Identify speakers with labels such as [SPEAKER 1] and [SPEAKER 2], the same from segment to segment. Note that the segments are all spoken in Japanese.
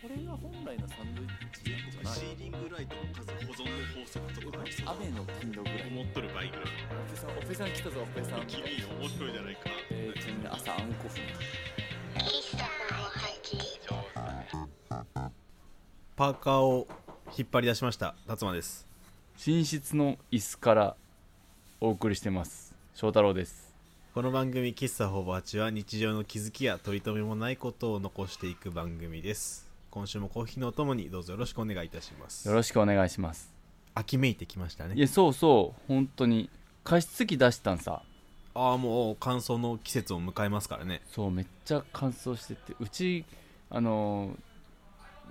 [SPEAKER 1] 本来のサンドイッチ
[SPEAKER 2] 全
[SPEAKER 1] じゃ
[SPEAKER 2] 国
[SPEAKER 1] ない
[SPEAKER 2] シーリングライトの数保存の法則とかありそう
[SPEAKER 1] 雨の頻度ぐらい
[SPEAKER 2] 思っとる倍ぐらい
[SPEAKER 1] オペさんオペさん来たぞオペさん
[SPEAKER 2] 君面白いじゃないか
[SPEAKER 1] えー、ちなみに朝あんこ
[SPEAKER 3] 喫茶の絵描き
[SPEAKER 4] パーカーを引っ張り出しました達馬です
[SPEAKER 1] 寝室の椅子からお送りしてます翔太郎です
[SPEAKER 4] この番組「喫茶ほぼ8」は日常の気づきや取り留めもないことを残していく番組です今週もコーヒーのお供にどうぞよろしくお願いいたします
[SPEAKER 1] よろしくお願いします
[SPEAKER 4] 秋めいてきました
[SPEAKER 1] い
[SPEAKER 4] ね
[SPEAKER 1] やそうそう本当に加湿器出したんさ
[SPEAKER 4] ああもう乾燥の季節を迎えますからね
[SPEAKER 1] そうめっちゃ乾燥しててうちあの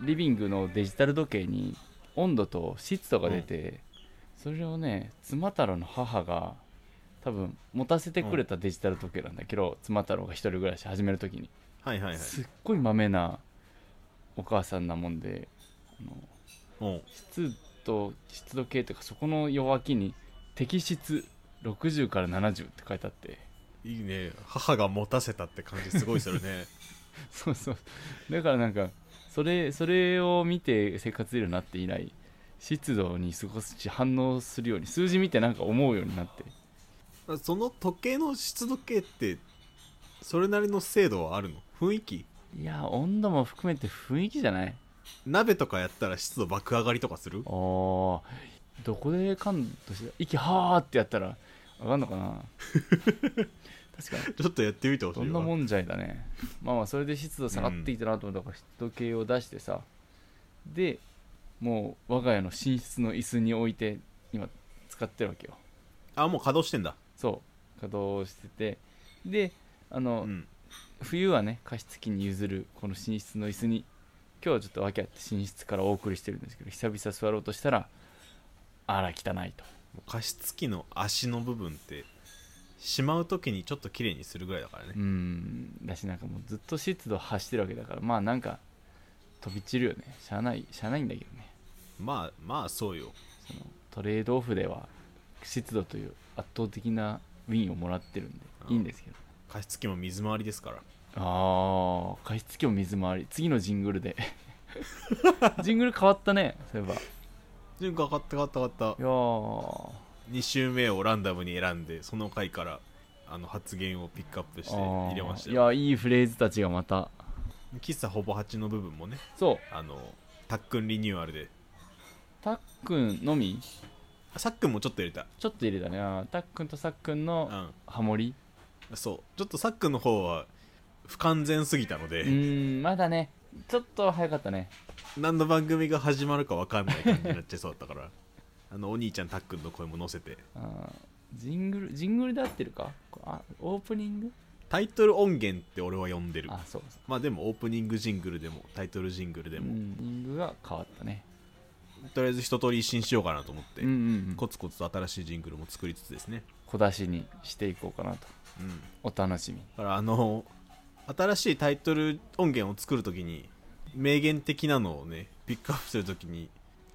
[SPEAKER 1] ーリビングのデジタル時計に温度と湿度が出て、それをね妻太郎の母が多分持たせてくれたデジタル時計なんだけど、妻太郎が一人暮らし始める時に
[SPEAKER 4] はいはいはい
[SPEAKER 1] すっごいまめなお母さんなもんであの
[SPEAKER 4] もう
[SPEAKER 1] 湿度湿度計というかそこの弱気に適湿60から70って書いてあって
[SPEAKER 4] いいね母が持たせたって感じすごいするね
[SPEAKER 1] そうそうだからなんかそれそれを見て生活するようになって以来湿度に過ごすし反応するように数字見てなんか思うようになって
[SPEAKER 4] その時計の湿度計ってそれなりの精度はあるの雰囲気
[SPEAKER 1] いや温度も含めて雰囲気じゃない
[SPEAKER 4] 鍋とかやったら湿度爆上がりとかする
[SPEAKER 1] あーどこで感度して息はーってやったら上がんのかな確かに
[SPEAKER 4] ちょっとやってみてほしい
[SPEAKER 1] ど
[SPEAKER 4] わ
[SPEAKER 1] んなもんじゃいだねまあまあそれで湿度下がってきたなと思ったから湿度計を出してさでもう我が家の寝室の椅子に置いて今使ってるわけよ
[SPEAKER 4] あもう稼働してんだ
[SPEAKER 1] そう稼働しててであの、
[SPEAKER 4] うん
[SPEAKER 1] 冬はね加湿器に譲るこの寝室の椅子に今日はちょっと訳あって寝室からお送りしてるんですけど久々座ろうとしたらあら汚いと
[SPEAKER 4] 加湿器の足の部分ってしまう時にちょっと綺麗にするぐらいだからね
[SPEAKER 1] う、んだしなんかもうずっと湿度発してるわけだからまあなんか飛び散るよねしゃあないしゃあないんだけどね
[SPEAKER 4] まあまあそうよ
[SPEAKER 1] そのトレードオフでは湿度という圧倒的なウィンをもらってるんで
[SPEAKER 4] うん
[SPEAKER 1] いいんですけど
[SPEAKER 4] 加湿器も水回りですから
[SPEAKER 1] ああ加湿器も水回り次のジングルで ジングル変わったねそういえばい
[SPEAKER 4] 順かかったかったかった
[SPEAKER 1] やー
[SPEAKER 4] 2周目をランダムに選んでその回からあの発言をピックアップして
[SPEAKER 1] あー
[SPEAKER 4] 入れました
[SPEAKER 1] い
[SPEAKER 4] よ
[SPEAKER 1] やいいフレーズたちがまた
[SPEAKER 4] 喫茶ほぼ8の部分もね
[SPEAKER 1] そう
[SPEAKER 4] あのたっくんリニューアルで
[SPEAKER 1] たっくんのみ
[SPEAKER 4] あさっくんもちょっと入れた
[SPEAKER 1] ちょっと入れたねあーたっくんとさっくんの
[SPEAKER 4] うん
[SPEAKER 1] ハモリ
[SPEAKER 4] そうちょっとさっくんの方は不完全すぎたの
[SPEAKER 1] う
[SPEAKER 4] で、
[SPEAKER 1] ーんまだねちょっと早かったね
[SPEAKER 4] 何の番組が始まるか分かんない感じになっちゃいそうだった からあのお兄ちゃんたっくんの声も載せて
[SPEAKER 1] あージングルジングルで合ってるかこあオープニング
[SPEAKER 4] タイトル音源って俺は呼んでる
[SPEAKER 1] あそう
[SPEAKER 4] まあでもオープニングジングルでもタイトルジングルでも、
[SPEAKER 1] うんリングが変わったね
[SPEAKER 4] とりあえず一通り一新しようかなと思って、
[SPEAKER 1] うんうんうん
[SPEAKER 4] コツコツと新しいジングルも作りつつですね
[SPEAKER 1] 小出しにしていこうかなと
[SPEAKER 4] うん
[SPEAKER 1] お楽しみに
[SPEAKER 4] だからあの新しいタイトル音源を作るときに名言的なのをねピックアップするときに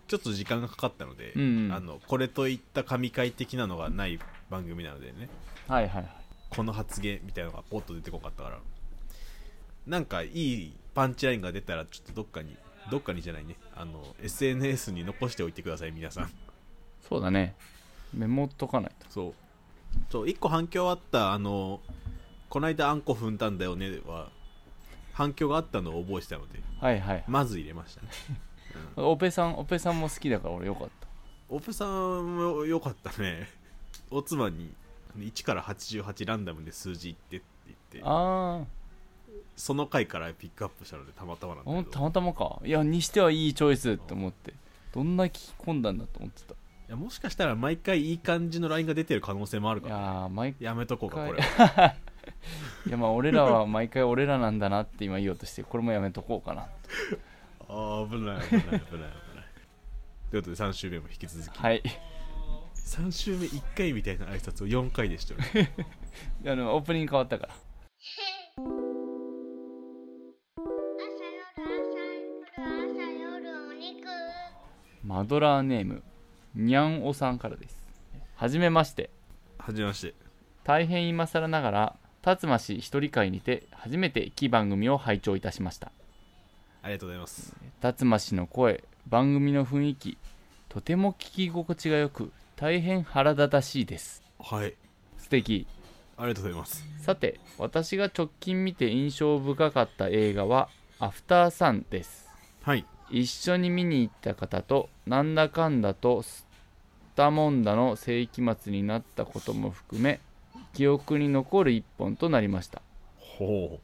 [SPEAKER 4] ちょっと時間がかかったので、
[SPEAKER 1] うんうん
[SPEAKER 4] あのこれといった神回的なのがない番組なのでね
[SPEAKER 1] はいはいはい
[SPEAKER 4] この発言みたいなのがポッと出てこなかったからなんかいいパンチラインが出たらちょっとどっかにどっかにじゃないねあの SNS に残しておいてください皆さん
[SPEAKER 1] そうだねメモっとかないと
[SPEAKER 4] そうそう一個反響あったあのこないだあんこ踏んだんだよねは反響があったのを覚えてたので
[SPEAKER 1] はいはい
[SPEAKER 4] まず入れましたね
[SPEAKER 1] オペさんオペさんも好きだから俺よかった
[SPEAKER 4] オペさんも良かったねおつまに1から88ランダムで数字いってって言って
[SPEAKER 1] ああ
[SPEAKER 4] その回からピックアップしたのでたまたまなんだ
[SPEAKER 1] ほん
[SPEAKER 4] け
[SPEAKER 1] と
[SPEAKER 4] ど
[SPEAKER 1] たまたまかいやにしてはいいチョイスって思ってどんな聞き込んだんだと思ってた
[SPEAKER 4] いやもしかしたら毎回いい感じのラインが出てる可能性もあるか
[SPEAKER 1] い
[SPEAKER 4] ら
[SPEAKER 1] や
[SPEAKER 4] ね、
[SPEAKER 1] ー毎
[SPEAKER 4] やめとこうか
[SPEAKER 1] 回
[SPEAKER 4] これ
[SPEAKER 1] いやまあ俺らは毎回俺らなんだなって今言おうとしてこれもやめとこうかな
[SPEAKER 4] あー危ない危ない危ない危ないということで3週目も引き続き、
[SPEAKER 1] はい
[SPEAKER 4] 3週目1回みたいな挨拶を4回でしたよね
[SPEAKER 1] あのオープニング変わったから
[SPEAKER 3] 朝夜朝夜朝夜お肉
[SPEAKER 1] マドラーネームにゃんおさんからですはじめまして
[SPEAKER 4] はじめまして
[SPEAKER 1] 大変今更ながら辰馬氏一人会にて初めて木番組を拝聴いたしました
[SPEAKER 4] ありがとうございます
[SPEAKER 1] 辰馬氏の声番組の雰囲気とても聞き心地がよく大変腹立たしいです
[SPEAKER 4] はい
[SPEAKER 1] 素敵
[SPEAKER 4] ありがとうございます
[SPEAKER 1] さて私が直近見て印象深かった映画は「アフターサン」です
[SPEAKER 4] はい
[SPEAKER 1] 一緒に見に行った方となんだかんだと吸ったもんだの世紀末になったことも含め記憶に残る一本となりました
[SPEAKER 4] ほ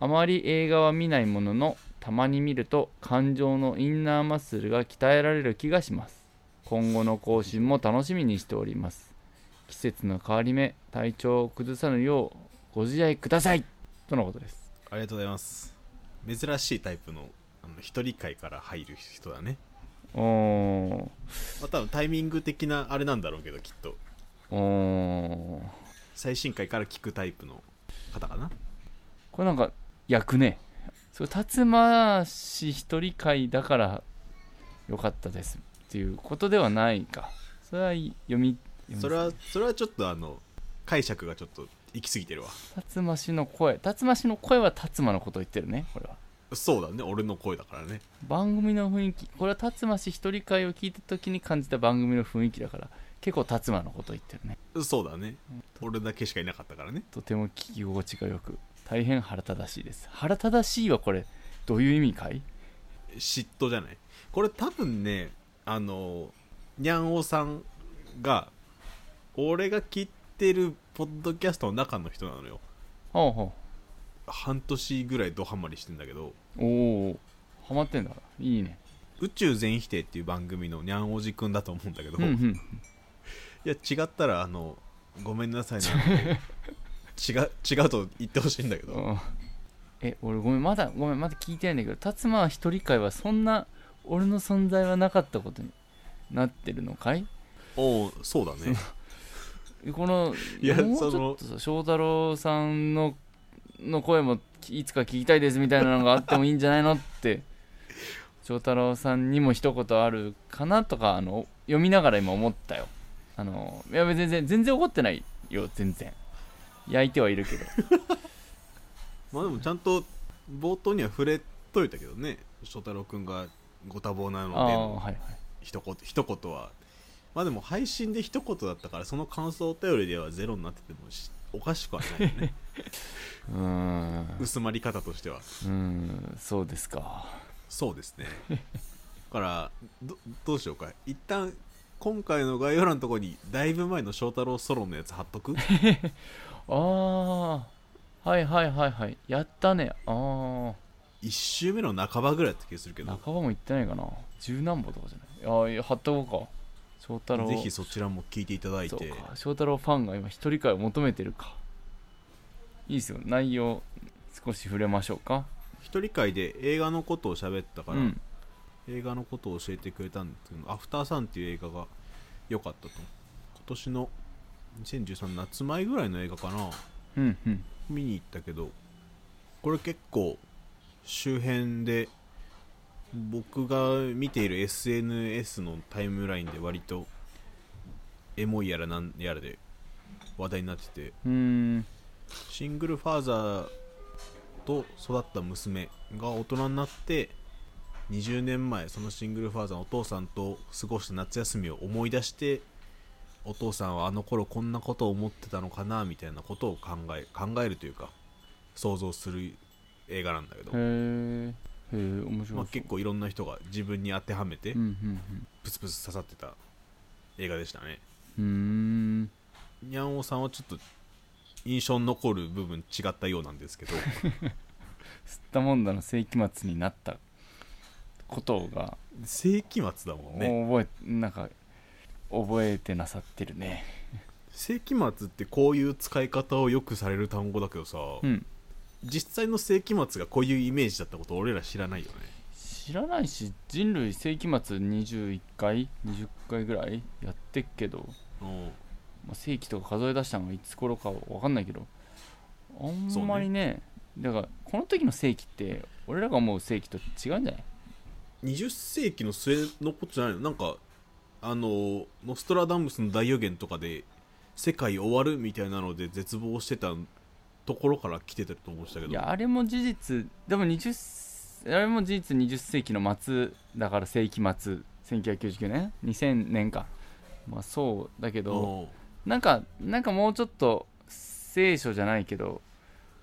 [SPEAKER 1] あまり映画は見ないもののたまに見ると感情のインナーマッスルが鍛えられる気がします今後の更新も楽しみにしております季節の変わり目体調を崩さぬようご自愛くださいとのことです
[SPEAKER 4] うありがとうございます珍しいタイプのあの一人会から入る人だね
[SPEAKER 1] おー
[SPEAKER 4] まあ多分タイミング的なあれなんだろうけどきっと
[SPEAKER 1] おー
[SPEAKER 4] 最新回から聞くタイプの方かな
[SPEAKER 1] これなんか焼くねそれ辰馬氏一人会だから良かったですっていうことではないかそれは読み読み
[SPEAKER 4] それはそれはちょっとあの解釈がちょっと行き過ぎてるわ
[SPEAKER 1] 辰馬氏の声辰馬氏の声は辰馬のことを言ってるねこれは
[SPEAKER 4] そうだね俺の声だからね
[SPEAKER 1] 番組の雰囲気これは辰馬氏一人会を聞いた時に感じた番組の雰囲気だから結構辰馬のことを言ってるね
[SPEAKER 4] そうだね俺だけしかいなかったからね
[SPEAKER 1] とても聞き心地がよく大変腹立たしいです腹立たしいはこれどういう意味かい
[SPEAKER 4] 嫉妬じゃないこれ多分ねあのにゃんおさんが俺が聞いてるポッドキャストの中の人なのよ
[SPEAKER 1] ほうほ
[SPEAKER 4] 半年ぐらいドハマりしてんだけど
[SPEAKER 1] うおおハマってんだいいね
[SPEAKER 4] 宇宙全否定っていう番組のにゃんおじくんだと思うんだけど、
[SPEAKER 1] うんう
[SPEAKER 4] い
[SPEAKER 1] ん
[SPEAKER 4] や違ったらあのごめんなさ いね違う違うと言ってほしいんだけど
[SPEAKER 1] うんえ俺ごめんまだごめんまだ聞いてないんだけど辰馬は一人会はそんな俺の存在はなかったことになってるのかい
[SPEAKER 4] おおそうだね
[SPEAKER 1] この
[SPEAKER 4] いや
[SPEAKER 1] もうち
[SPEAKER 4] そ
[SPEAKER 1] ょ
[SPEAKER 4] の
[SPEAKER 1] っとさ翔太郎さんのの声もいつか聞きたいですみたいなのがあってもいいんじゃないの って翔太郎さんにも一言あるかなとかあの読みながら今思ったよあのいや全然全然怒ってないよ全然焼いてはいる けど
[SPEAKER 4] まあでもちゃんと冒頭には触れといたけどね翔太郎くんがご多忙な
[SPEAKER 1] あ
[SPEAKER 4] ので
[SPEAKER 1] あ
[SPEAKER 4] の
[SPEAKER 1] はいはい
[SPEAKER 4] 一言一言はまあでも配信で一言だったからその感想お便りではゼロになっててもしおかしくはない よね
[SPEAKER 1] うーん
[SPEAKER 4] 薄まり方としては
[SPEAKER 1] うーんそうですか
[SPEAKER 4] そうですねだからどどうしようか一旦今回の概要欄のところにだいぶ前の翔太郎ソロのやつ貼っ とく
[SPEAKER 1] ああはいはいはいはいやったねああ
[SPEAKER 4] 一周目の半ばぐらいだった気がするけど
[SPEAKER 1] 半ばも行ってないかな十何歩とかじゃないああいや貼っとこうか翔太郎
[SPEAKER 4] ぜひそちらも聞いていただい
[SPEAKER 1] そう
[SPEAKER 4] て
[SPEAKER 1] か翔太郎ファンが今一人会を求めてるかいいですよ内容少し触れましょうか
[SPEAKER 4] 一人会で映画のことを喋ったか
[SPEAKER 1] う
[SPEAKER 4] ら、
[SPEAKER 1] ん
[SPEAKER 4] 映画のことを教えてくれたんですけど「アフターサン」っていう映画が良かったと今年の2013夏前ぐらいの映画かな
[SPEAKER 1] うんうん
[SPEAKER 4] 見に行ったけどこれ結構周辺で僕が見ている SNS のタイムラインで割とエモいやらなんやらで話題になってて
[SPEAKER 1] うーん
[SPEAKER 4] シングルファーザーと育った娘が大人になって20年前そのシングルファーザーのお父さんと過ごした夏休みを思い出してお父さんはあの頃こんなことを思ってたのかなみたいなことを考え考えるというか想像する映画なんだけど
[SPEAKER 1] へ、えへえ面白い、
[SPEAKER 4] まあ、結構いろんな人が自分に当てはめて
[SPEAKER 1] うんうん
[SPEAKER 4] プツプツ刺さってた映画でしたね
[SPEAKER 1] うんうーん
[SPEAKER 4] にゃんおさんはちょっと印象に残る部分違ったような んですけど
[SPEAKER 1] 吸ったもんだの世紀末になったことが、
[SPEAKER 4] 世紀末だもんね
[SPEAKER 1] 覚えなんか覚えてなさってるね
[SPEAKER 4] 世紀末ってこういう使い方をよくされる単語だけどさ、
[SPEAKER 1] うん
[SPEAKER 4] 実際の世紀末がこういうイメージだったこと俺ら知らないよね
[SPEAKER 1] 知らないし人類世紀末21回20回ぐらいやってっけど、まあ、世紀とか数え出したのがいつ頃か分かんないけどあんまりねだからこの時の世紀って俺らが思う世紀と違うんじゃない
[SPEAKER 4] 20世紀の末のことじゃないのなんかあのノストラダムスの大予言とかで世界終わるみたいなので絶望してたところから来てたと思ってたけど
[SPEAKER 1] いやあれも事実でも20あれも事実20世紀の末だから世紀末1999年2000年かまあそうだけど
[SPEAKER 4] おう
[SPEAKER 1] なんかなんかもうちょっと聖書じゃないけど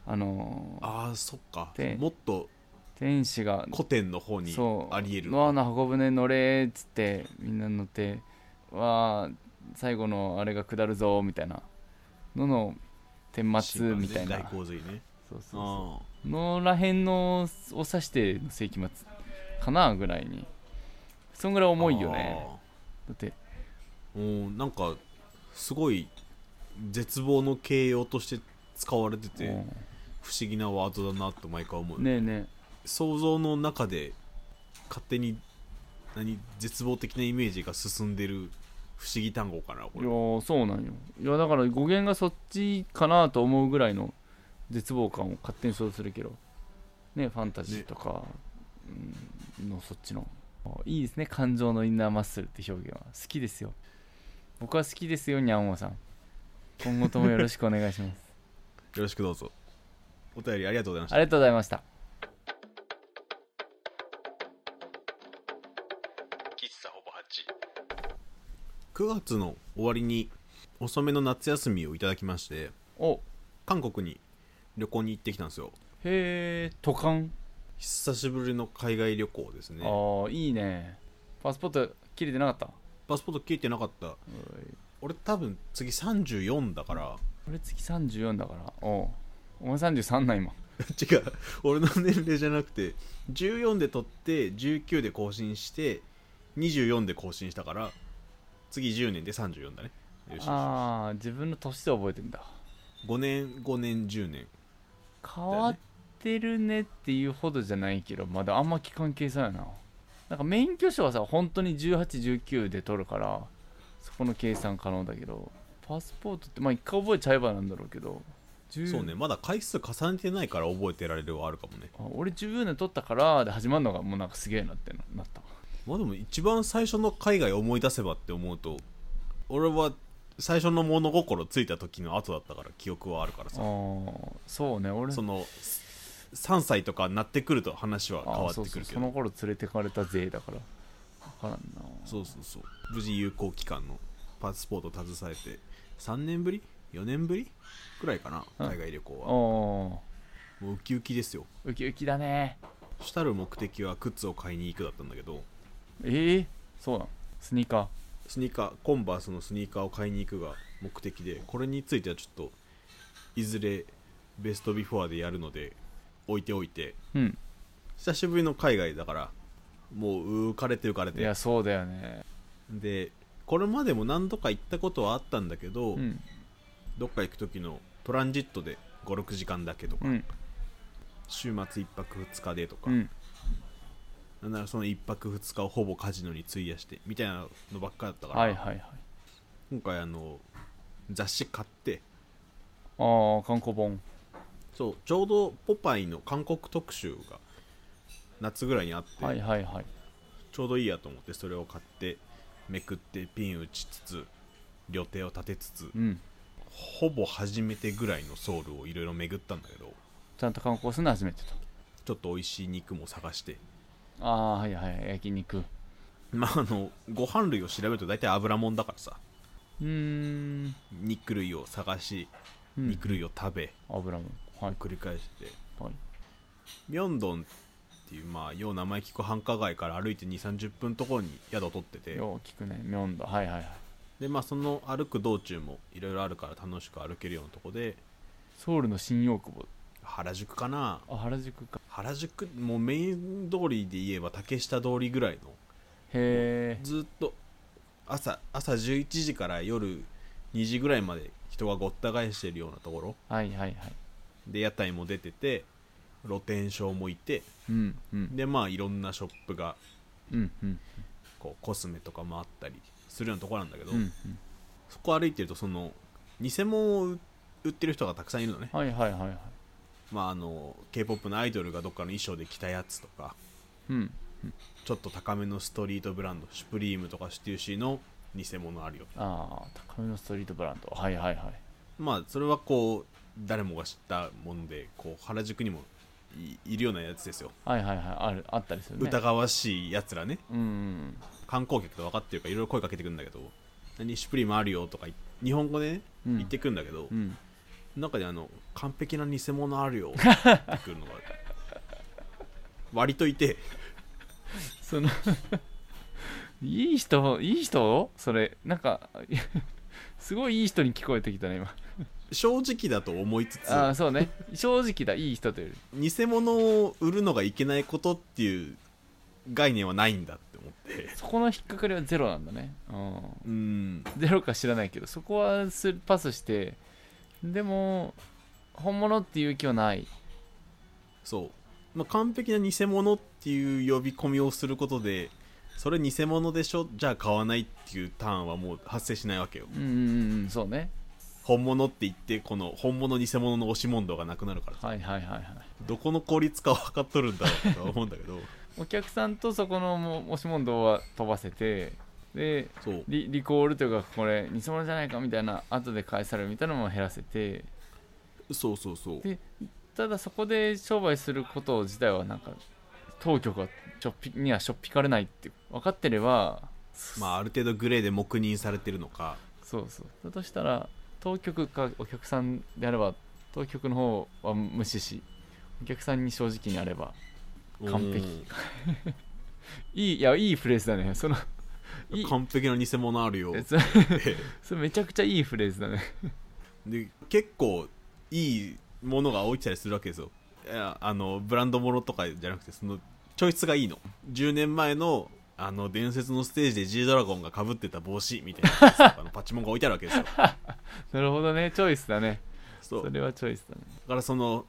[SPEAKER 1] あのー
[SPEAKER 4] ああそっか
[SPEAKER 1] で
[SPEAKER 4] もっと
[SPEAKER 1] 天使が
[SPEAKER 4] 古典の方に
[SPEAKER 1] そう
[SPEAKER 4] ありえる
[SPEAKER 1] ノアの箱舟乗れっつってみんな乗ってわあ最後のあれが下るぞみたいなのの天末みたいな
[SPEAKER 4] 大洪水ね
[SPEAKER 1] そうそうそ
[SPEAKER 4] あ
[SPEAKER 1] うのらへんのを指しての世紀末かなぐらいにそんぐらい重いよねだって
[SPEAKER 4] あーうんなんかすごい絶望の形容として使われてて
[SPEAKER 1] うん
[SPEAKER 4] 不思議なワードだなと毎回思う、
[SPEAKER 1] ねえね
[SPEAKER 4] 想像の中で勝手に何絶望的なイメージが進んでる不思議単語かな
[SPEAKER 1] え
[SPEAKER 4] こ
[SPEAKER 1] い
[SPEAKER 4] れ
[SPEAKER 1] やーそうなんよいやだから語源がそっちかなと思うぐらいの絶望感を勝手に想像するけどねファンタジーとか、うんのそっちのいいですね感情のインナーマッスルって表現は好きですよ僕は好きですよにゃんおさん今後ともよろしくお願いします
[SPEAKER 4] よろしくどうぞお便りありがとうございました
[SPEAKER 1] ありがとうございました
[SPEAKER 2] 喫茶ほぼ八。
[SPEAKER 4] 9月の終わりに遅めの夏休みをいただきまして
[SPEAKER 1] お
[SPEAKER 4] 韓国に旅行に行ってきたんですよ
[SPEAKER 1] へえ都感、
[SPEAKER 4] 久しぶりの海外旅行ですね
[SPEAKER 1] ああいいねパスポート切れてなかった
[SPEAKER 4] パスポート切れてなかった俺多分次34だから
[SPEAKER 1] 俺次34だからおうお前33なん今
[SPEAKER 4] 違う俺の年齢じゃなくて14で取って19で更新して24で更新したから次10年で34だねよしよし
[SPEAKER 1] ああ自分の年で覚えてんだ
[SPEAKER 4] 5年5年10年
[SPEAKER 1] 変わってるねっていうほどじゃないけどまだあんま期間計算やななんか免許証はさ本当に1819で取るからそこの計算可能だけどパスポートってまあ一回覚えちゃえばなんだろうけど10
[SPEAKER 4] そうねまだ回数重ねてないから覚えてられるはあるかもね
[SPEAKER 1] あ俺10年取ったからで始まるのがもうなんかすげえなってななった
[SPEAKER 4] まあでも一番最初の海外を思い出せばって思うと俺は最初の物心ついた時の後だったから記憶はあるから
[SPEAKER 1] あ
[SPEAKER 4] さ
[SPEAKER 1] ーそうね俺
[SPEAKER 4] その3歳とかになってくると話は変わ
[SPEAKER 1] あ
[SPEAKER 4] っ
[SPEAKER 1] ー
[SPEAKER 4] て
[SPEAKER 1] そう
[SPEAKER 4] く
[SPEAKER 1] そ
[SPEAKER 4] る
[SPEAKER 1] う
[SPEAKER 4] け
[SPEAKER 1] そ
[SPEAKER 4] ど
[SPEAKER 1] の頃連れてかれたぜだから分からんな
[SPEAKER 4] そうそうそう無事有効期間のパスポート携えて3年ぶり4年ぶりくらいかな
[SPEAKER 1] うん
[SPEAKER 4] 海外旅行は
[SPEAKER 1] お
[SPEAKER 4] もうウキウキですよ
[SPEAKER 1] ーウキウキだね
[SPEAKER 4] 主たる目的は靴を買いに行くだったんだけど
[SPEAKER 1] えー、そうなんスニーカー
[SPEAKER 4] スニーカーコンバースのスニーカーを買いに行くが目的でこれについてはちょっといずれベストビフォアでやるので置いておいて
[SPEAKER 1] うん
[SPEAKER 4] 久しぶりの海外だからもう浮かれて浮かれ
[SPEAKER 1] い
[SPEAKER 4] て
[SPEAKER 1] やそうだよね
[SPEAKER 4] でこれまでも何度か行ったことはあったんだけど、
[SPEAKER 1] うん
[SPEAKER 4] どっか行く時のトランジットで56時間だけとか、
[SPEAKER 1] うん
[SPEAKER 4] 週末1泊2日でとか、
[SPEAKER 1] うん
[SPEAKER 4] なんならその1泊2日をほぼカジノに費やしてみたいなのばっかだったから、
[SPEAKER 1] はいはいはい
[SPEAKER 4] 今回あの雑誌買って
[SPEAKER 1] ああ観光本
[SPEAKER 4] そうちょうど「ポパイ」の韓国特集が夏ぐらいにあって、
[SPEAKER 1] はいはいはい
[SPEAKER 4] ちょうどいいやと思ってそれを買ってめくってピン打ちつつ旅程を立てつつ、
[SPEAKER 1] うん
[SPEAKER 4] ほぼ初めてぐらいのソウルをいろいろ巡ったんだけど
[SPEAKER 1] ちゃんと観光するの初めてと
[SPEAKER 4] ちょっと美味しい肉も探して
[SPEAKER 1] ああはいはい焼肉う
[SPEAKER 4] まああのご飯類を調べると大体油もんだからさ
[SPEAKER 1] ーん
[SPEAKER 4] 肉類を探し
[SPEAKER 1] うん
[SPEAKER 4] 肉類を食べ、
[SPEAKER 1] 油もはい
[SPEAKER 4] 繰り返して
[SPEAKER 1] はい
[SPEAKER 4] ミョンドンっていうまあよう名前聞く繁華街から歩いて2 3 0分ところに宿を取ってて
[SPEAKER 1] よう聞くねミョンドはいはいはい
[SPEAKER 4] でまあその歩く道中もいろいろあるから楽しく歩けるようなとこで
[SPEAKER 1] ソウルの新大久保
[SPEAKER 4] 原宿かな
[SPEAKER 1] あ原宿か
[SPEAKER 4] 原宿もうメイン通りで言えば竹下通りぐらいの
[SPEAKER 1] へえ
[SPEAKER 4] ずっと朝朝11時から夜2時ぐらいまで人がごった返してるようなところ
[SPEAKER 1] はいはいはい
[SPEAKER 4] で屋台も出てて露天商もいて
[SPEAKER 1] うんうん
[SPEAKER 4] でまあいろんなショップが
[SPEAKER 1] うんうん
[SPEAKER 4] こうコスメとかもあったりするようなところなんだけど、
[SPEAKER 1] うんうん
[SPEAKER 4] そこ歩いてるとその偽物を売ってる人がたくさんいるのね、
[SPEAKER 1] はいはいはいはい
[SPEAKER 4] まあ、あの k p o p のアイドルがどっかの衣装で着たやつとか
[SPEAKER 1] うん
[SPEAKER 4] ちょっと高めのストリートブランドシュプリームとかシテューシーの偽物あるよ
[SPEAKER 1] ああ高めのストリートブランドはいはいはい
[SPEAKER 4] まあそれはこう誰もが知ったもんでこう原宿にもいいるようなやつですよ、
[SPEAKER 1] はいはいはいあるあったりするね
[SPEAKER 4] 疑わしいやつらね
[SPEAKER 1] うんうん
[SPEAKER 4] 観光客と分かってるからいろいろ声かけてくるんだけど何シュプリームあるよとかい日本語でね、
[SPEAKER 1] うん
[SPEAKER 4] 言ってくるんだけど、
[SPEAKER 1] うん
[SPEAKER 4] 中であの完璧な偽物あ るよって言ってくるのが割といて
[SPEAKER 1] そのいい人いい人それなんか いやすごいいい人に聞こえてきたね今
[SPEAKER 4] 正直だと思いつつ
[SPEAKER 1] ああそうね正直だいい人というより
[SPEAKER 4] 偽物を売るのがいけないことっていう概念はないんだって思って
[SPEAKER 1] そこの引っかかりはゼロなんだねうん
[SPEAKER 4] うん
[SPEAKER 1] ゼロか知らないけどそこはスパスしてでも本物っていう気はない
[SPEAKER 4] そう、まあ、完璧な偽物っていう呼び込みをすることでそれ偽物でしょじゃあ買わないっていうターンはもう発生しないわけよ
[SPEAKER 1] うんうんうんそうね
[SPEAKER 4] 本物って言ってこの本物偽物の押し問答がなくなるから
[SPEAKER 1] はいはいはいはい
[SPEAKER 4] どこの効率か分かっとるんだろうとは思うんだけど
[SPEAKER 1] お客さんとそこのも押し問答は飛ばせてで
[SPEAKER 4] そう
[SPEAKER 1] リリコールというかこれ偽物じゃないかみたいな後で返されるみたいなのも減らせて
[SPEAKER 4] そうそうそう
[SPEAKER 1] でただそこで商売すること自体はなんか当局はちょっぴにはしょっぴかれないって分かってれば
[SPEAKER 4] まあある程度グレーで黙認されてるのか
[SPEAKER 1] そうそうだとしたら当局かお客さんであれば当局の方は無視しお客さんに正直にあれば完璧 いいいやいいフレーズだねその
[SPEAKER 4] うん
[SPEAKER 1] いい
[SPEAKER 4] 完璧な偽物あるよ
[SPEAKER 1] えそれそれめちゃくちゃいいフレーズだね
[SPEAKER 4] で結構いいものが置いてたりするわけですよいやあのブランドものとかじゃなくてそのチョイスがいいの10年前のあの伝説のステージで G ドラゴンがかぶってた帽子みたいなやつとかのパチモンが置いてあるわけですよ
[SPEAKER 1] なるほどねチョイスだね
[SPEAKER 4] そう
[SPEAKER 1] そ
[SPEAKER 4] だ
[SPEAKER 1] れはチョイスだね
[SPEAKER 4] からその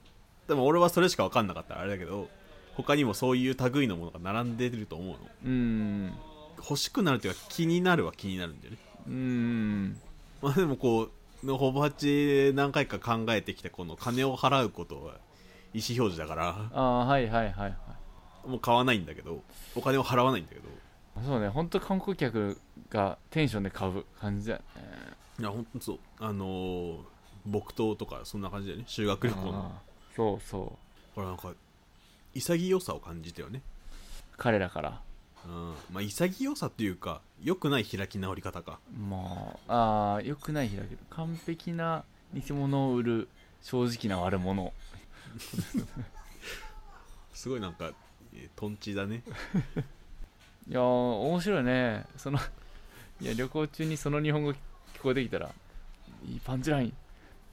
[SPEAKER 4] でも俺はそれしか分かんなかったからあれだけど他にもそういう類のものが並んでると思うの
[SPEAKER 1] うーん
[SPEAKER 4] 欲しくなるというか気になるは気になるんだよね
[SPEAKER 1] うーん
[SPEAKER 4] まあでもこうのほぼ8何回か考えてきたこの金を払うことは意思表示だから
[SPEAKER 1] ああはいはいはいはい
[SPEAKER 4] もう買わないんだけどお金を払わないんだけど
[SPEAKER 1] そうね本当観光客がテンションで買う感じだよね
[SPEAKER 4] いや本当そうあのー木刀とかそんな感じだよね修学旅行の
[SPEAKER 1] あーそうそ
[SPEAKER 4] これなんか潔さを感じたよね、
[SPEAKER 1] う彼らから
[SPEAKER 4] うん、まあ潔さというか良くない開き直り方か
[SPEAKER 1] まああー良くない日だけど完璧な偽物を売る正直な悪者
[SPEAKER 4] すごいなんかえーとんちだね
[SPEAKER 1] いやー面白いねそのいや旅行中にその日本語聞こえてきたらいいパンチライン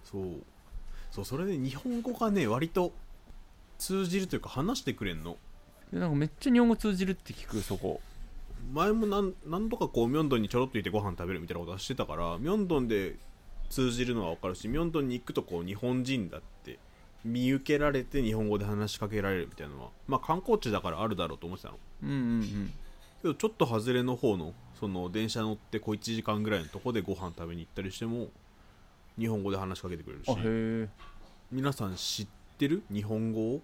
[SPEAKER 4] そうそうそれで日本語がね割と通じるというか話してくれんの
[SPEAKER 1] でなんかめっちゃ日本語通じるって聞くそこ
[SPEAKER 4] 前もなん何度かこうミョンドンにちょろっといてご飯食べるみたいなことはしてたからミョンドンで通じるのは分かるしミョンドンに行くとこう日本人だって見受けられて日本語で話しかけられるみたいなのはまあ観光地だからあるだろうと思ってたの
[SPEAKER 1] うんうん
[SPEAKER 4] けどちょっと外れの方のその電車乗ってこう1時間ぐらいのとこでご飯食べに行ったりしても日本語で話しかけてくれる
[SPEAKER 1] うんあ
[SPEAKER 4] し
[SPEAKER 1] へえ
[SPEAKER 4] 皆さん知ってる日本語を、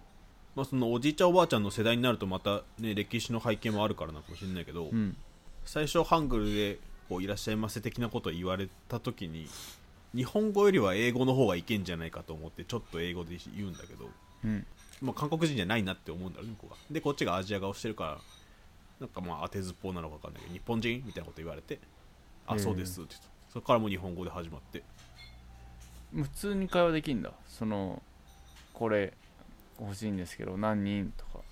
[SPEAKER 4] まあ、そのおじいちゃんおばあちゃんの世代になるとまたね歴史の背景もあるからなのかもしれないけど、
[SPEAKER 1] うん
[SPEAKER 4] 最初ハングルでこういらっしゃいませ的なことを言われた時に日本語よりは英語の方がいけんじゃないかと思ってちょっと英語で言うんだけど、
[SPEAKER 1] うん
[SPEAKER 4] まあ、韓国人じゃないなって思うんだろうね向こうがでこっちがアジア顔してるからなんかまあ当てずっぽうなのか分かんないけど日本人みたいなこと言われて「
[SPEAKER 1] へ
[SPEAKER 4] あ
[SPEAKER 1] え
[SPEAKER 4] そうです」って言ってそこからもう日本語で始まって
[SPEAKER 1] 普通に会話できんだそのこれ欲しいんですけど何人とか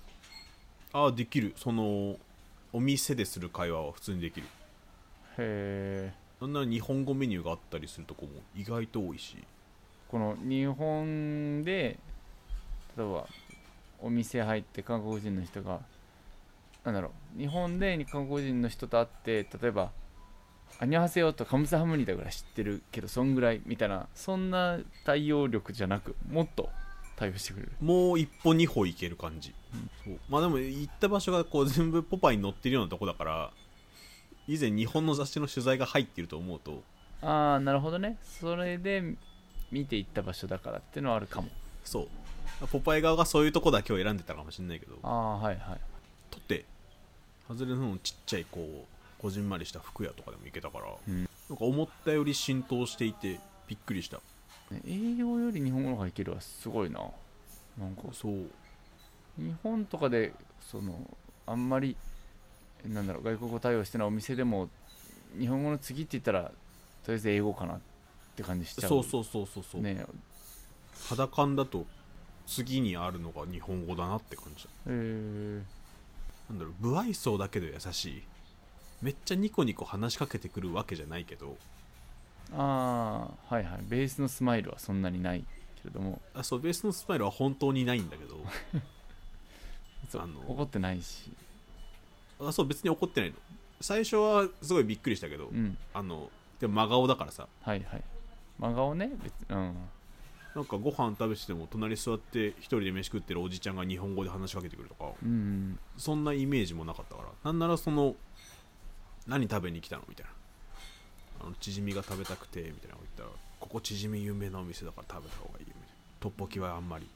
[SPEAKER 4] 「ああできるそのお店でする会話は普通にできる」
[SPEAKER 1] へえ
[SPEAKER 4] なんなら日本語メニューがあったりするとこも意外と多いし
[SPEAKER 1] この日本で例えばお店入って韓国人の人がなんだろう日本で韓国人の人と会って例えば「アニョハセヨ」と「カムサハムニだから知ってるけどそんぐらい」みたいなそんな対応力じゃなくもっと対応してくれる
[SPEAKER 4] もう一歩二歩行ける感じ、そうまあでも行った場所がこう全部ポパイに載ってるようなとこだから以前日本の雑誌の取材が入ってると思うと
[SPEAKER 1] ああなるほどねそれで見ていった場所だからっていうのはあるかも
[SPEAKER 4] そうポパイ側がそういうとこだけを選んでたかもしれないけど
[SPEAKER 1] ああはいはい
[SPEAKER 4] とって外れのちっちゃいこうこじんまりした服屋とかでも行けたから、
[SPEAKER 1] ん
[SPEAKER 4] なんか思ったより浸透していてびっくりした
[SPEAKER 1] ね英語より日本語の方がいけるはすごいななんか
[SPEAKER 4] そう
[SPEAKER 1] 日本とかでそのあんまりなんだろう外国語対応してないお店でも日本語の次って言ったらとりあえず英語かなって感じしちゃう
[SPEAKER 4] そうそうそうそうそう、
[SPEAKER 1] ね
[SPEAKER 4] 肌感だと次にあるのが日本語だなって感じだ
[SPEAKER 1] えー
[SPEAKER 4] なんだろう不愛想だけど優しいめっちゃニコニコ話しかけてくるわけじゃないけど
[SPEAKER 1] ああはいはいベースのスマイルはそんなにないけれども
[SPEAKER 4] あそうベースのスマイルは本当にないんだけど
[SPEAKER 1] そう
[SPEAKER 4] あの
[SPEAKER 1] 怒ってないし
[SPEAKER 4] あそう別に怒ってないの最初はすごいびっくりしたけど、
[SPEAKER 1] うん
[SPEAKER 4] あのでも真顔だからさ
[SPEAKER 1] はいはい真顔ね別にうん
[SPEAKER 4] なんかご飯食べてても隣座って一人で飯食ってるおじちゃんが日本語で話しかけてくるとか
[SPEAKER 1] うん
[SPEAKER 4] そんなイメージもなかったからなんならその何食べに来たのみたいなあのチヂミが食べたくてみたいなこと言ったらここチヂミ有名なお店だから食べた方がいいよみたいなトッポキはあんまりって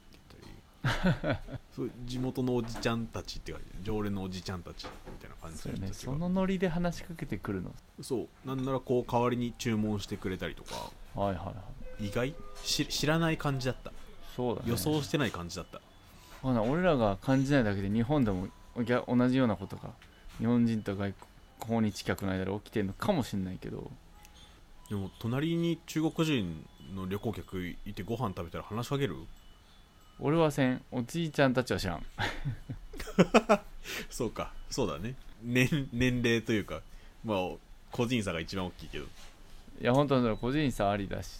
[SPEAKER 4] 言ったりそう地元のおじちゃんたちって感じ常連のおじちゃんたちみたいな感じ
[SPEAKER 1] そ
[SPEAKER 4] の
[SPEAKER 1] う
[SPEAKER 4] 人
[SPEAKER 1] ね
[SPEAKER 4] たちが
[SPEAKER 1] そのノリで話しかけてくるの
[SPEAKER 4] そうなんならこう代わりに注文してくれたりとか
[SPEAKER 1] はいはいはい
[SPEAKER 4] 意外し知らない感じだった
[SPEAKER 1] そうだね
[SPEAKER 4] 予想してない感じだった
[SPEAKER 1] まだ俺らが感じないだけで日本でも逆同じようなことが日本人と外国訪日客の間で起きてるのかもしれないけど
[SPEAKER 4] でも隣に中国人の旅行客いてご飯食べたら話しかける
[SPEAKER 1] 俺はせんおじいちゃんたちは知らん
[SPEAKER 4] そうかそうだね年年齢というかまあ個人差が一番大きいけど
[SPEAKER 1] いや本当に個人差ありだし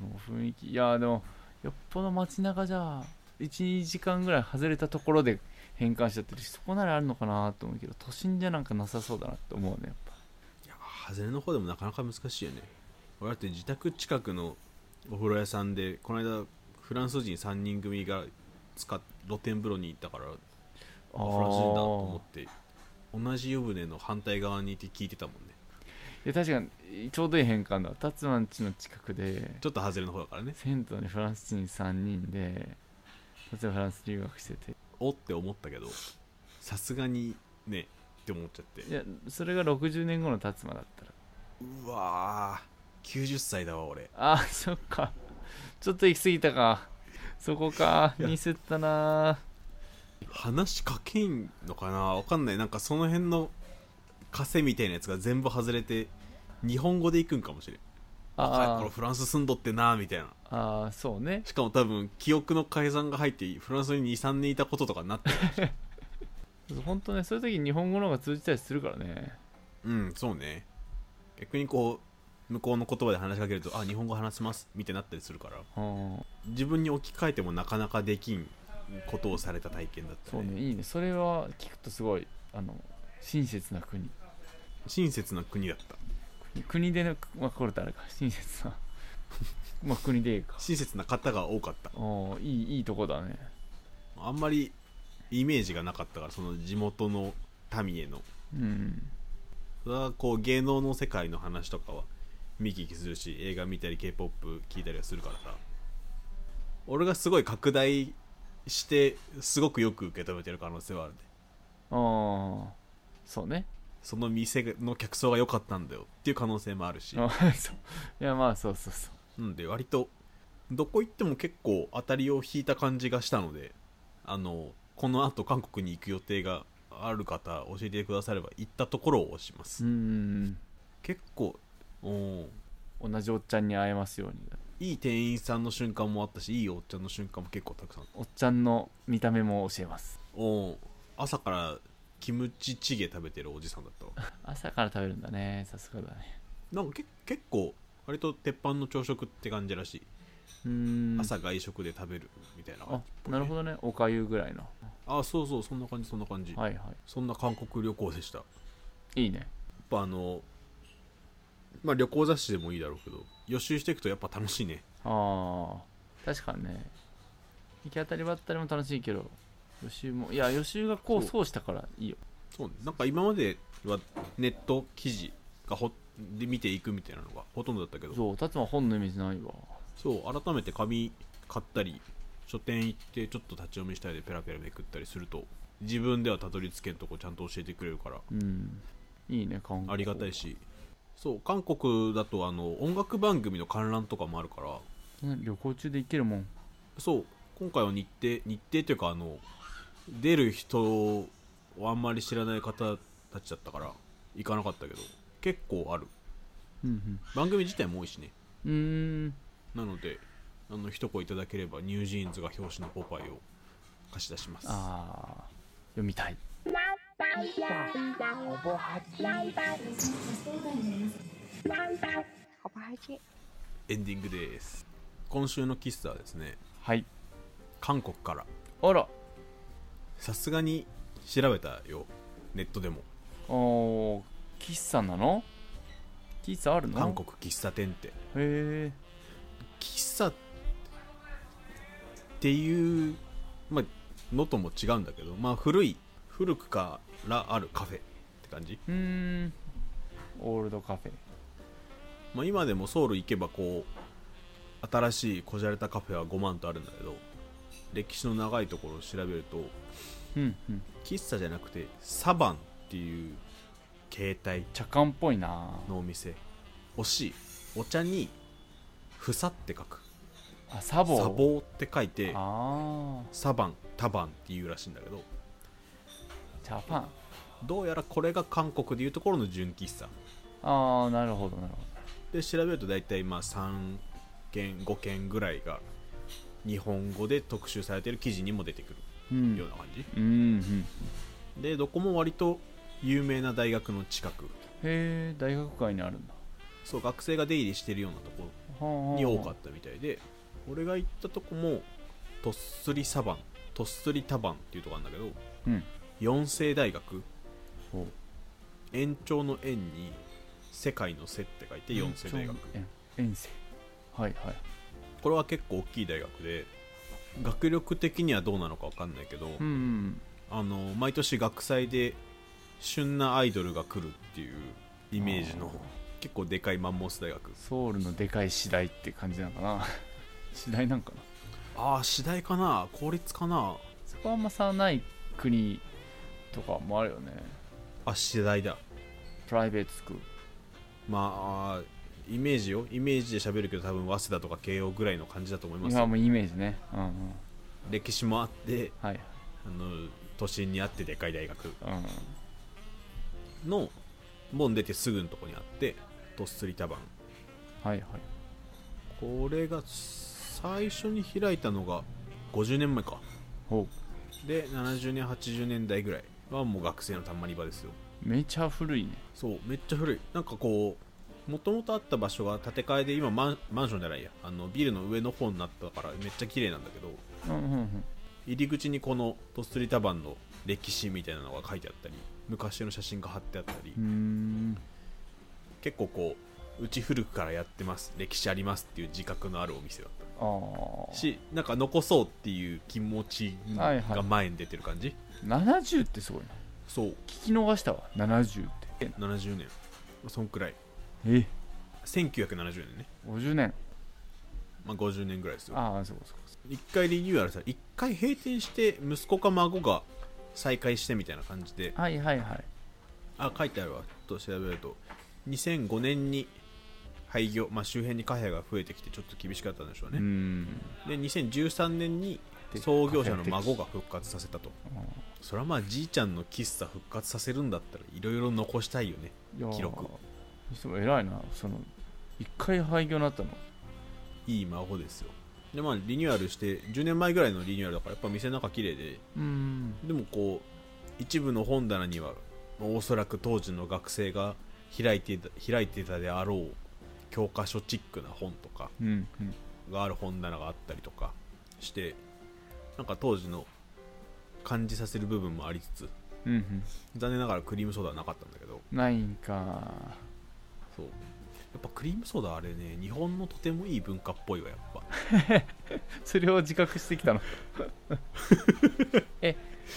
[SPEAKER 1] もう雰囲気いやでもよっぽど街中じゃ12時間ぐらい外れたところで変換しちゃってるしそこならあるのかなと思うけど都心じゃなんかなさそうだなと思うねやっぱ
[SPEAKER 4] いや外れの方でもなかなか難しいよね俺だって自宅近くのお風呂屋さんでこの間フランス人3人組が使っ露天風呂に行ったからあフランス人だと思って同じ湯船の反対側にいて聞いてたもんね
[SPEAKER 1] いや確かにちょうどいい変換だ達馬ん家の近くで
[SPEAKER 4] ちょっと外れの方だからね
[SPEAKER 1] 銭湯にフランス人3人で達馬フランス留学してて
[SPEAKER 4] おって思ったけどさすがにねって思っちゃって
[SPEAKER 1] いやそれが60年後の達馬だったら
[SPEAKER 4] うわー90歳だわ俺
[SPEAKER 1] あーそっかちょっと行き過ぎたかそこか
[SPEAKER 4] いや
[SPEAKER 1] ミスったな
[SPEAKER 4] 話しかけんのかなわかんないなんかその辺の枷みたいなやつが全部外れて日本語で行くんかもしれんあ
[SPEAKER 1] あ
[SPEAKER 4] これ
[SPEAKER 1] ー
[SPEAKER 4] フランス住んどってなみたいな
[SPEAKER 1] あーそうね
[SPEAKER 4] しかも多分記憶の改ざんが入ってフランスに23年いたこととかになってる
[SPEAKER 1] 本当ねそういう時日本語の方が通じたりするからね
[SPEAKER 4] うんそうね逆にこう向こうの言葉で話しかけるとあ日本語話せますみたいになったりするから
[SPEAKER 1] うん
[SPEAKER 4] 自分に置き換えてもなかなかできんことをされた体験だった
[SPEAKER 1] そう
[SPEAKER 4] ね
[SPEAKER 1] ねいいねそれは聞くとすごいあの親切な国
[SPEAKER 4] 親切な国だった
[SPEAKER 1] 国でね、まあ、これとあれか親切な まあ国でいいか
[SPEAKER 4] 親切な方が多かった
[SPEAKER 1] おーいいいいとこだね
[SPEAKER 4] あんまりイメージがなかったからその地元の民への
[SPEAKER 1] うん
[SPEAKER 4] それはこう芸能の世界の話とかは見聞きするし映画見たり k p o p 聞いたりはするからさ俺がすごい拡大してすごくよく受け止めてる可能性はあるね
[SPEAKER 1] ああそうね
[SPEAKER 4] その店の客層が良かったんだよっていう可能性もあるし
[SPEAKER 1] あー そういやまあそうそうそう
[SPEAKER 4] なんで割とどこ行っても結構当たりを引いた感じがしたのであのこのあと韓国に行く予定がある方教えてくだされば行ったところを押します、
[SPEAKER 1] うん
[SPEAKER 4] 結構おー
[SPEAKER 1] 同じおっちゃんに会えますように
[SPEAKER 4] いい店員さんの瞬間もあったしいいおっちゃんの瞬間も結構たくさん
[SPEAKER 1] おっちゃんの見た目も教えます
[SPEAKER 4] おー朝からキムチチゲ食べてるおじさん だったわ
[SPEAKER 1] 朝から食べるんだねさすがだね
[SPEAKER 4] なんかけ結構割と鉄板の朝食って感じらしい、
[SPEAKER 1] うん
[SPEAKER 4] 朝外食で食べるみたいな
[SPEAKER 1] あなるほどねおかゆぐらいの
[SPEAKER 4] あそうそうそんな感じそんな感じ、
[SPEAKER 1] はいは
[SPEAKER 4] そんな韓国旅行でした
[SPEAKER 1] いいいね
[SPEAKER 4] やっぱあのまあ旅行雑誌でもいいだろうけど予習していくとやっぱ楽しいね
[SPEAKER 1] ああ確かにね行き当たりばったりも楽しいけど予習もいや予習がこう
[SPEAKER 4] そう
[SPEAKER 1] そうしたからいいよ
[SPEAKER 4] そうねなんか今まではネット記事がほで見ていくみたいなのがほとんどだったけどそう
[SPEAKER 1] そう達馬本のイメージないわ
[SPEAKER 4] 改めて紙買ったり書店行ってちょっと立ち読みしたりでペラペラめくったりすると自分ではたどり着けんとこちゃんと教えてくれるから
[SPEAKER 1] うんいいね韓国
[SPEAKER 4] ありがたいしそう韓国だとあの音楽番組の観覧とかもあるから
[SPEAKER 1] ね旅行中で行けるもん
[SPEAKER 4] そう今回は日程日程というかあの出る人をあんまり知らない方たちだったから行かなかったけど結構ある
[SPEAKER 1] うん
[SPEAKER 4] 番組自体も多いしね
[SPEAKER 1] うんうーん
[SPEAKER 4] なのであの一声いただければニュージーンズが表紙のポパイを貸し出します
[SPEAKER 1] ああ読みたい
[SPEAKER 5] 好吧，还这
[SPEAKER 4] エンディングです今週の喫茶はですね
[SPEAKER 1] はい
[SPEAKER 4] 韓国から
[SPEAKER 1] あら
[SPEAKER 4] さすがに調べたよネットでも
[SPEAKER 1] おー喫茶なの喫茶あるの
[SPEAKER 4] 韓国喫茶店って
[SPEAKER 1] へえ
[SPEAKER 4] 喫茶っていう、まあのとも違うんだけど、まあ、古い古くからあるカフェって感じ、
[SPEAKER 1] うーんオールドカフェ
[SPEAKER 4] まあ、今でもソウル行けばこう新しいこじゃれたカフェは5万とあるんだけど歴史の長いところを調べると
[SPEAKER 1] うんうん
[SPEAKER 4] 喫茶じゃなくてサバンっていう携帯
[SPEAKER 1] 茶館っぽいな
[SPEAKER 4] のお店惜しいお茶に「ふさ」って書く
[SPEAKER 1] あ
[SPEAKER 4] 「
[SPEAKER 1] サボ
[SPEAKER 4] サボー」って書いて
[SPEAKER 1] ああ
[SPEAKER 4] サバンタバンっていうらしいんだけど
[SPEAKER 1] 茶パン
[SPEAKER 4] どうやらこれが韓国でいうところの純喫茶
[SPEAKER 1] ああなるほどなるほ
[SPEAKER 4] で調べると大体まあ3件5件ぐらいが日本語で特集されてる記事にも出てく
[SPEAKER 1] どう
[SPEAKER 4] るようんな感じ、
[SPEAKER 1] うんうん
[SPEAKER 4] でどこも割と有名な大学の近く
[SPEAKER 1] へえ大学会にあるんだ
[SPEAKER 4] そう学生が出入りしてるようなところに
[SPEAKER 1] に
[SPEAKER 4] 多かったみたいで俺が行ったとこもとっすりサバンとっすりタバンっていうとこなんだけど
[SPEAKER 1] うん
[SPEAKER 4] 四世大学
[SPEAKER 1] ほう
[SPEAKER 4] 延長の円に世界の世って書いて四世大学
[SPEAKER 1] え遠征はいはい
[SPEAKER 4] これは結構大きい大学で学力的にはどうなのか分かんないけど、
[SPEAKER 1] うんうん
[SPEAKER 4] あの毎年学祭で旬なアイドルが来るっていうイメージの結構でかいマンモス大学
[SPEAKER 1] ソウルのでかい次第って感じなのかな 次第なんかな
[SPEAKER 4] ああ次第かな公立かな
[SPEAKER 1] そこはあんま差ない国とかもあるよね
[SPEAKER 4] あ次第だ
[SPEAKER 1] プライベートスクール
[SPEAKER 4] まあイメージよイメージで喋るけど多分早稲田とか慶応ぐらいの感じだと思います
[SPEAKER 1] 今は
[SPEAKER 4] よ
[SPEAKER 1] もうイメージねうんうん
[SPEAKER 4] 歴史もあって
[SPEAKER 1] はい
[SPEAKER 4] あの都心にあってでかい大学
[SPEAKER 1] うん
[SPEAKER 4] の門出てすぐのとこにあってとっすり多番
[SPEAKER 1] はいはい
[SPEAKER 4] これが最初に開いたのが50年前か
[SPEAKER 1] ほ
[SPEAKER 4] で70年80年代ぐらいはもう学生のたまり場ですよ
[SPEAKER 1] うめちゃ古いね
[SPEAKER 4] そうめっちゃ古いなんかこうもともとあった場所が建て替えで今マンマンションじゃないやあのビルの上の方になったからめっちゃ綺麗なんだけど
[SPEAKER 1] うんうんうん
[SPEAKER 4] 入り口にこのとっすり多番の歴史みたいなのが書いてあったり昔の写真が貼ってあったり、
[SPEAKER 1] うーん
[SPEAKER 4] 結構こううち古くからやってます歴史ありますっていう自覚のあるお店だった
[SPEAKER 1] ああ
[SPEAKER 4] しなんか残そうっていう気持ち
[SPEAKER 1] はいはい
[SPEAKER 4] が前に出てる感じ、
[SPEAKER 1] 70ってすごいな
[SPEAKER 4] そう
[SPEAKER 1] 聞き逃したわ70って
[SPEAKER 4] 70年そんくらい
[SPEAKER 1] え
[SPEAKER 4] 1970年ね、
[SPEAKER 1] 50年
[SPEAKER 4] まあ、50年ぐらいですよ
[SPEAKER 1] ああそうかそうか
[SPEAKER 4] 一回リニューアルされ一回閉店して息子か孫が再開してみたいな感じで
[SPEAKER 1] はいはいはい
[SPEAKER 4] あ書いてあるわちょっと調べると2005年に廃業、まあ、周辺にカフェが増えてきてちょっと厳しかったんでしょう
[SPEAKER 1] う
[SPEAKER 4] ね、
[SPEAKER 1] ん
[SPEAKER 4] で2013年に創業者の孫が復活させたとそれはまあじいちゃんの喫茶復活させるんだったらいろいろ残したいよね
[SPEAKER 1] いやー
[SPEAKER 4] 記録
[SPEAKER 1] にしても偉いなその一回廃業になったの
[SPEAKER 4] いい孫ですよでまあリニューアルして10年前ぐらいのリニューアルだからやっぱ店の中綺麗で
[SPEAKER 1] うん
[SPEAKER 4] でもこう一部の本棚にはまあおそらく当時の学生が開いていた開いてたであろう教科書チックな本とか
[SPEAKER 1] うん
[SPEAKER 4] がある本棚があったりとかしてなんか当時の感じさせる部分もありつつ
[SPEAKER 1] うんうん
[SPEAKER 4] 残念ながらクリームソーダはなかったんだけど
[SPEAKER 1] ないんか
[SPEAKER 4] そうやっぱクリームソーダあれね日本のとてもいい文化っぽいわやっぱ
[SPEAKER 1] それを自覚してきたのえ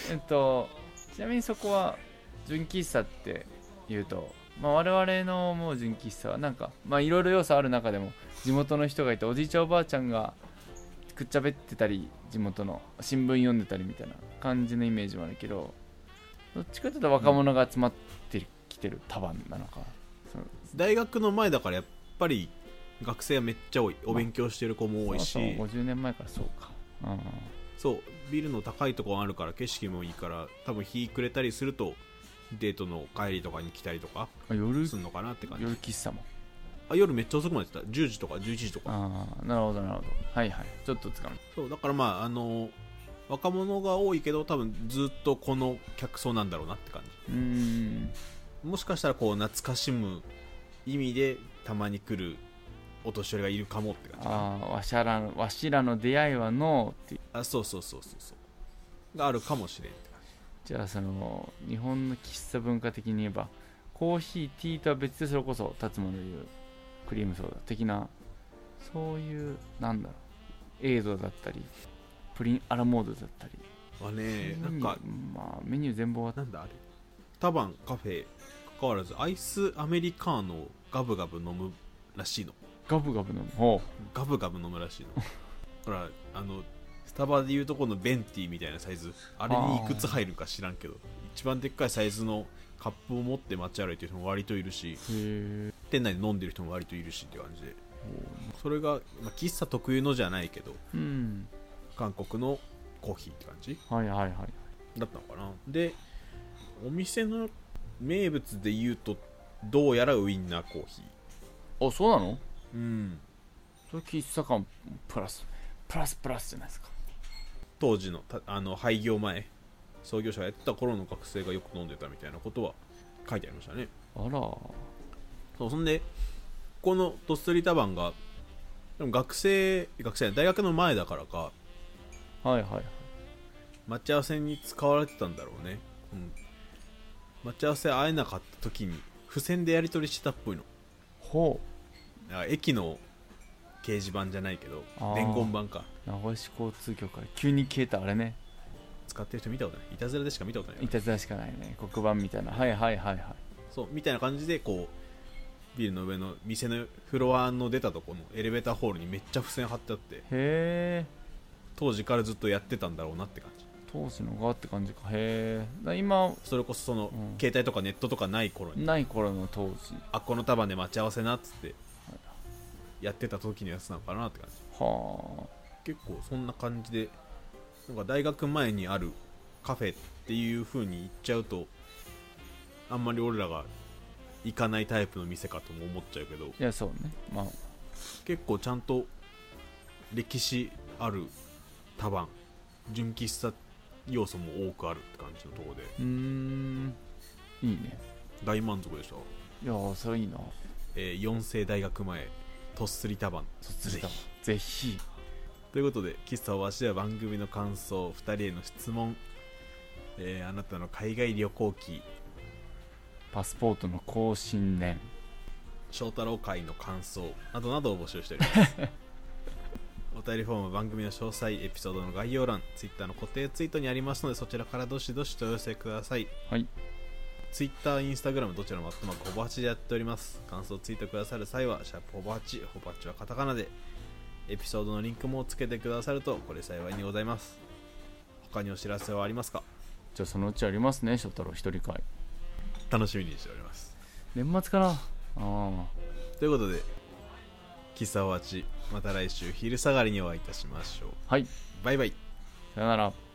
[SPEAKER 1] えっとちなみにそこは純喫茶っていうと、まあ、我々のもう純喫茶はなんかまあいろいろ要素ある中でも地元の人がいておじいちゃんおばあちゃんがくっちゃべってたり地元の新聞読んでたりみたいな感じのイメージもあるけどどっちかというと若者が集まってきてる束なのかその
[SPEAKER 4] 大学の前だからやっぱり学生はめっちゃ多いお勉強してる子も多いし、
[SPEAKER 1] そうそう50年前からそうかうん
[SPEAKER 4] そうビルの高いところあるから景色もいいから多分日暮れたりするとデートの帰りとかに来たりとか
[SPEAKER 1] あ夜
[SPEAKER 4] するのかなって感じ
[SPEAKER 1] 夜喫茶も
[SPEAKER 4] あ夜めっちゃ遅くまでやってた10時とか11時とか
[SPEAKER 1] ああなるほどなるほどはいはいちょっとつかむ
[SPEAKER 4] そうだからまああの若者が多いけど多分ずっとこの客層なんだろうなって感じ
[SPEAKER 1] うーん
[SPEAKER 4] もしかしたらこう懐かしむ意味でたまに来るお年寄りがいるかもって感じ
[SPEAKER 1] ああわしゃらのわしらの出会いはのうって
[SPEAKER 4] あそうそうそうそうそうがあるかもしれんって感
[SPEAKER 1] じゃあその日本の喫茶文化的に言えばコーヒーティーとは別でそれこそ辰馬の言うクリームソーダ的なそういうなんだろうエイドだったりプリンアラモードだったり
[SPEAKER 4] じはね
[SPEAKER 1] そ
[SPEAKER 4] な
[SPEAKER 1] うい
[SPEAKER 4] ん
[SPEAKER 1] う
[SPEAKER 4] か
[SPEAKER 1] まあメニュー全貌は
[SPEAKER 4] なんだあれ多晩カフェ関わらずアイスアメリカーノをガブガブ飲むらしいの
[SPEAKER 1] ガブガブ飲むほ
[SPEAKER 4] ガブガブ飲むらしい のほらあのスタバでいうとこのベンティみたいなサイズあれにいくつ入るか知らんけど一番でっかいサイズのカップを持って街歩いてる人も割といる
[SPEAKER 1] う
[SPEAKER 4] し
[SPEAKER 1] へえ
[SPEAKER 4] 店内で飲んでる人も割といるしって感じでそれが、まあ、喫茶特有のじゃないけど
[SPEAKER 1] うん
[SPEAKER 4] 韓国のコーヒーって感じ
[SPEAKER 1] はいはいはい
[SPEAKER 4] だったのかなでお店の名物で言うとどうやらウインナーコーヒ
[SPEAKER 1] あそうなの
[SPEAKER 4] ーうん
[SPEAKER 1] それ喫茶感プラスプラスプラスじゃないですか
[SPEAKER 4] 当時のたあの廃業前創業者がやってた頃の学生がよく飲んでたみたいなことは書いてありましたね
[SPEAKER 1] あら
[SPEAKER 4] そうそんでこのドストリタバンがでも学生学生じゃない大学の前だからか
[SPEAKER 1] はいはい
[SPEAKER 4] 待ち合わせに使われてたんだろうね、うん、待ち合わせ会えなかった時に付箋でやり取りしてたっぽいの
[SPEAKER 1] ほ
[SPEAKER 4] あ駅の掲示板じゃないけど
[SPEAKER 1] あー
[SPEAKER 4] 伝言板か
[SPEAKER 1] う名古屋市交通局から急に消えたあれね
[SPEAKER 4] 使ってる人見たことないいたずらでしか見たことない
[SPEAKER 1] いたずらしかないね黒板みたいなはいはいはいはい
[SPEAKER 4] そうみたいな感じでこうビルの上の店のフロアの出たとこのエレベーターホールにめっちゃ付箋貼ってあって
[SPEAKER 1] へえ
[SPEAKER 4] 当時からずっとやってたんだろうなって感じ
[SPEAKER 1] 当時のがって感じかへえ今
[SPEAKER 4] それこそその、
[SPEAKER 1] うん
[SPEAKER 4] 携帯とかネットとかない頃に
[SPEAKER 1] ない頃の当時
[SPEAKER 4] あこの束で待ち合わせなっつってやってた時のやつなのかなって感じ
[SPEAKER 1] は
[SPEAKER 4] 結構そんな感じでなんか大学前にあるカフェっていう風に行っちゃうとあんまり俺らが行かないタイプの店かとも思っちゃうけど
[SPEAKER 1] あいやそうねまあ
[SPEAKER 4] 結構ちゃんと歴史ある多番純喫茶要素も多くあるって感じのところで
[SPEAKER 1] うーんいいね
[SPEAKER 4] 大満足でした、
[SPEAKER 1] いやーそれいいな
[SPEAKER 4] えー、4世大学前とっすり多番
[SPEAKER 1] それだぜひ
[SPEAKER 4] ということで喫茶おわしでは番組の感想2人への質問、えーあなたの海外旅行記
[SPEAKER 1] パスポートの更新年
[SPEAKER 4] 翔太郎会の感想などなどを募集しております お便りフォームは番組の詳細エピソードの概要欄 Twitter の固定ツイートにありますのでそちらからどしどしとお寄せください
[SPEAKER 1] はい
[SPEAKER 4] Twitter、Instagram どちらもアットマークほぼ8でやっております感想をツイートくださる際はシャープほぼ8ほぼ8はカタカナでエピソードのリンクもつけてくださるとこれ幸いにございます他にお知らせはありますか
[SPEAKER 1] じゃあそのうちありますね翔太郎一人会
[SPEAKER 4] 楽しみにしております
[SPEAKER 1] 年末かなああ
[SPEAKER 4] ということで喫茶おわちまた来週昼下がりにお会いいたしましょう
[SPEAKER 1] はい
[SPEAKER 4] バイバイ
[SPEAKER 1] さよなら